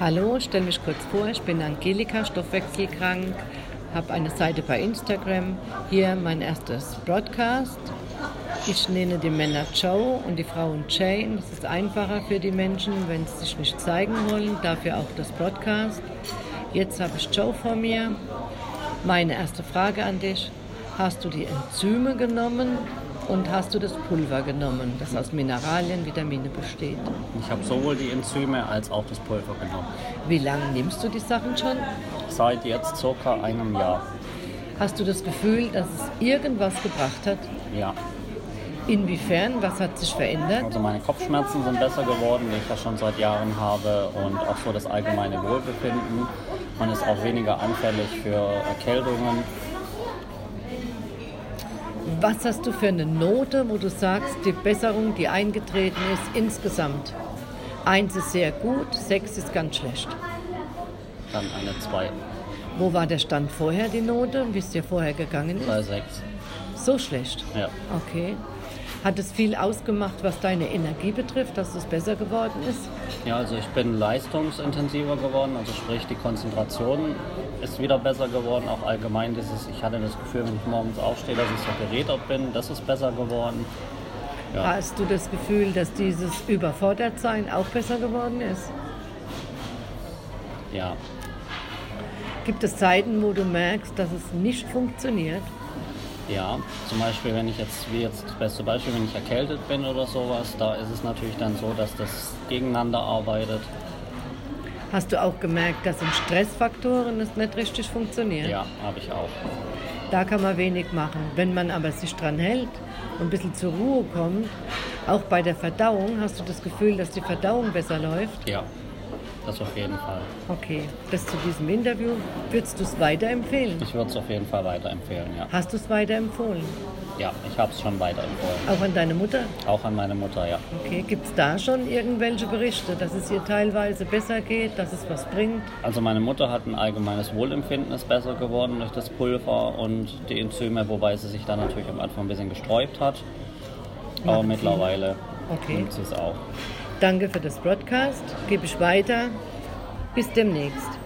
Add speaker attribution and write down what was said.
Speaker 1: Hallo, stell mich kurz vor, ich bin Angelika, stoffwechselkrank, habe eine Seite bei Instagram. Hier mein erstes Broadcast. Ich nenne die Männer Joe und die Frauen Jane. Das ist einfacher für die Menschen, wenn sie sich nicht zeigen wollen. Dafür auch das Broadcast. Jetzt habe ich Joe vor mir. Meine erste Frage an dich. Hast du die Enzyme genommen und hast du das Pulver genommen, das aus Mineralien, Vitamine besteht?
Speaker 2: Ich habe sowohl die Enzyme als auch das Pulver genommen.
Speaker 1: Wie lange nimmst du die Sachen schon?
Speaker 2: Seit jetzt circa einem Jahr.
Speaker 1: Hast du das Gefühl, dass es irgendwas gebracht hat?
Speaker 2: Ja.
Speaker 1: Inwiefern? Was hat sich verändert?
Speaker 2: Also meine Kopfschmerzen sind besser geworden, die ich ja schon seit Jahren habe und auch so das allgemeine Wohlbefinden. Man ist auch weniger anfällig für Erkältungen.
Speaker 1: Was hast du für eine Note, wo du sagst, die Besserung, die eingetreten ist, insgesamt? Eins ist sehr gut, sechs ist ganz schlecht.
Speaker 2: Dann eine 2
Speaker 1: Wo war der Stand vorher, die Note, wie es dir vorher gegangen
Speaker 2: bei
Speaker 1: ist?
Speaker 2: 6.
Speaker 1: So schlecht.
Speaker 2: äh, Ja.
Speaker 1: Okay. Hat es viel ausgemacht, was deine Energie betrifft, dass es besser geworden ist?
Speaker 2: ja, also ich bin leistungsintensiver geworden, also sprich die Konzentration ist wieder besser geworden, auch allgemein dieses, ich hatte das Gefühl, wenn ich morgens aufstehe, dass ich so gerädert bin, das ist besser geworden. Ja.
Speaker 1: Hast du das Gefühl, dass dieses Überfordertsein auch besser geworden ist?
Speaker 2: Ja,
Speaker 1: Gibt es Zeiten, wo du merkst, dass es nicht funktioniert?
Speaker 2: Ja, zum Beispiel, wenn ich jetzt, wie jetzt das beste Beispiel, wenn ich erkältet bin oder sowas, da ist es natürlich dann so, dass das gegeneinander arbeitet.
Speaker 1: Hast du auch gemerkt, dass in Stressfaktoren es nicht richtig funktioniert?
Speaker 2: Ja, habe ich auch.
Speaker 1: Da kann man wenig machen. Wenn man aber sich dran hält und ein bisschen zur Ruhe kommt, auch bei der Verdauung, hast du das Gefühl, dass die Verdauung besser läuft?
Speaker 2: Ja, das auf jeden Fall.
Speaker 1: Okay, bis zu diesem Interview. Würdest du es weiterempfehlen?
Speaker 2: Ich würde es auf jeden Fall weiterempfehlen, ja.
Speaker 1: Hast du es weiterempfohlen?
Speaker 2: Ja, ich habe es schon weiterempfohlen.
Speaker 1: Auch an deine Mutter?
Speaker 2: Auch an meine Mutter, ja.
Speaker 1: Okay, gibt es da schon irgendwelche Berichte, dass es ihr teilweise besser geht, dass es was bringt?
Speaker 2: Also meine Mutter hat ein allgemeines Wohlempfinden, ist besser geworden durch das Pulver und die Enzyme, wobei sie sich dann natürlich am Anfang ein bisschen gesträubt hat. Aber
Speaker 1: Macht
Speaker 2: mittlerweile
Speaker 1: Okay.
Speaker 2: nimmt sie es auch.
Speaker 1: Danke für das Broadcast, gebe ich weiter. Bis demnächst.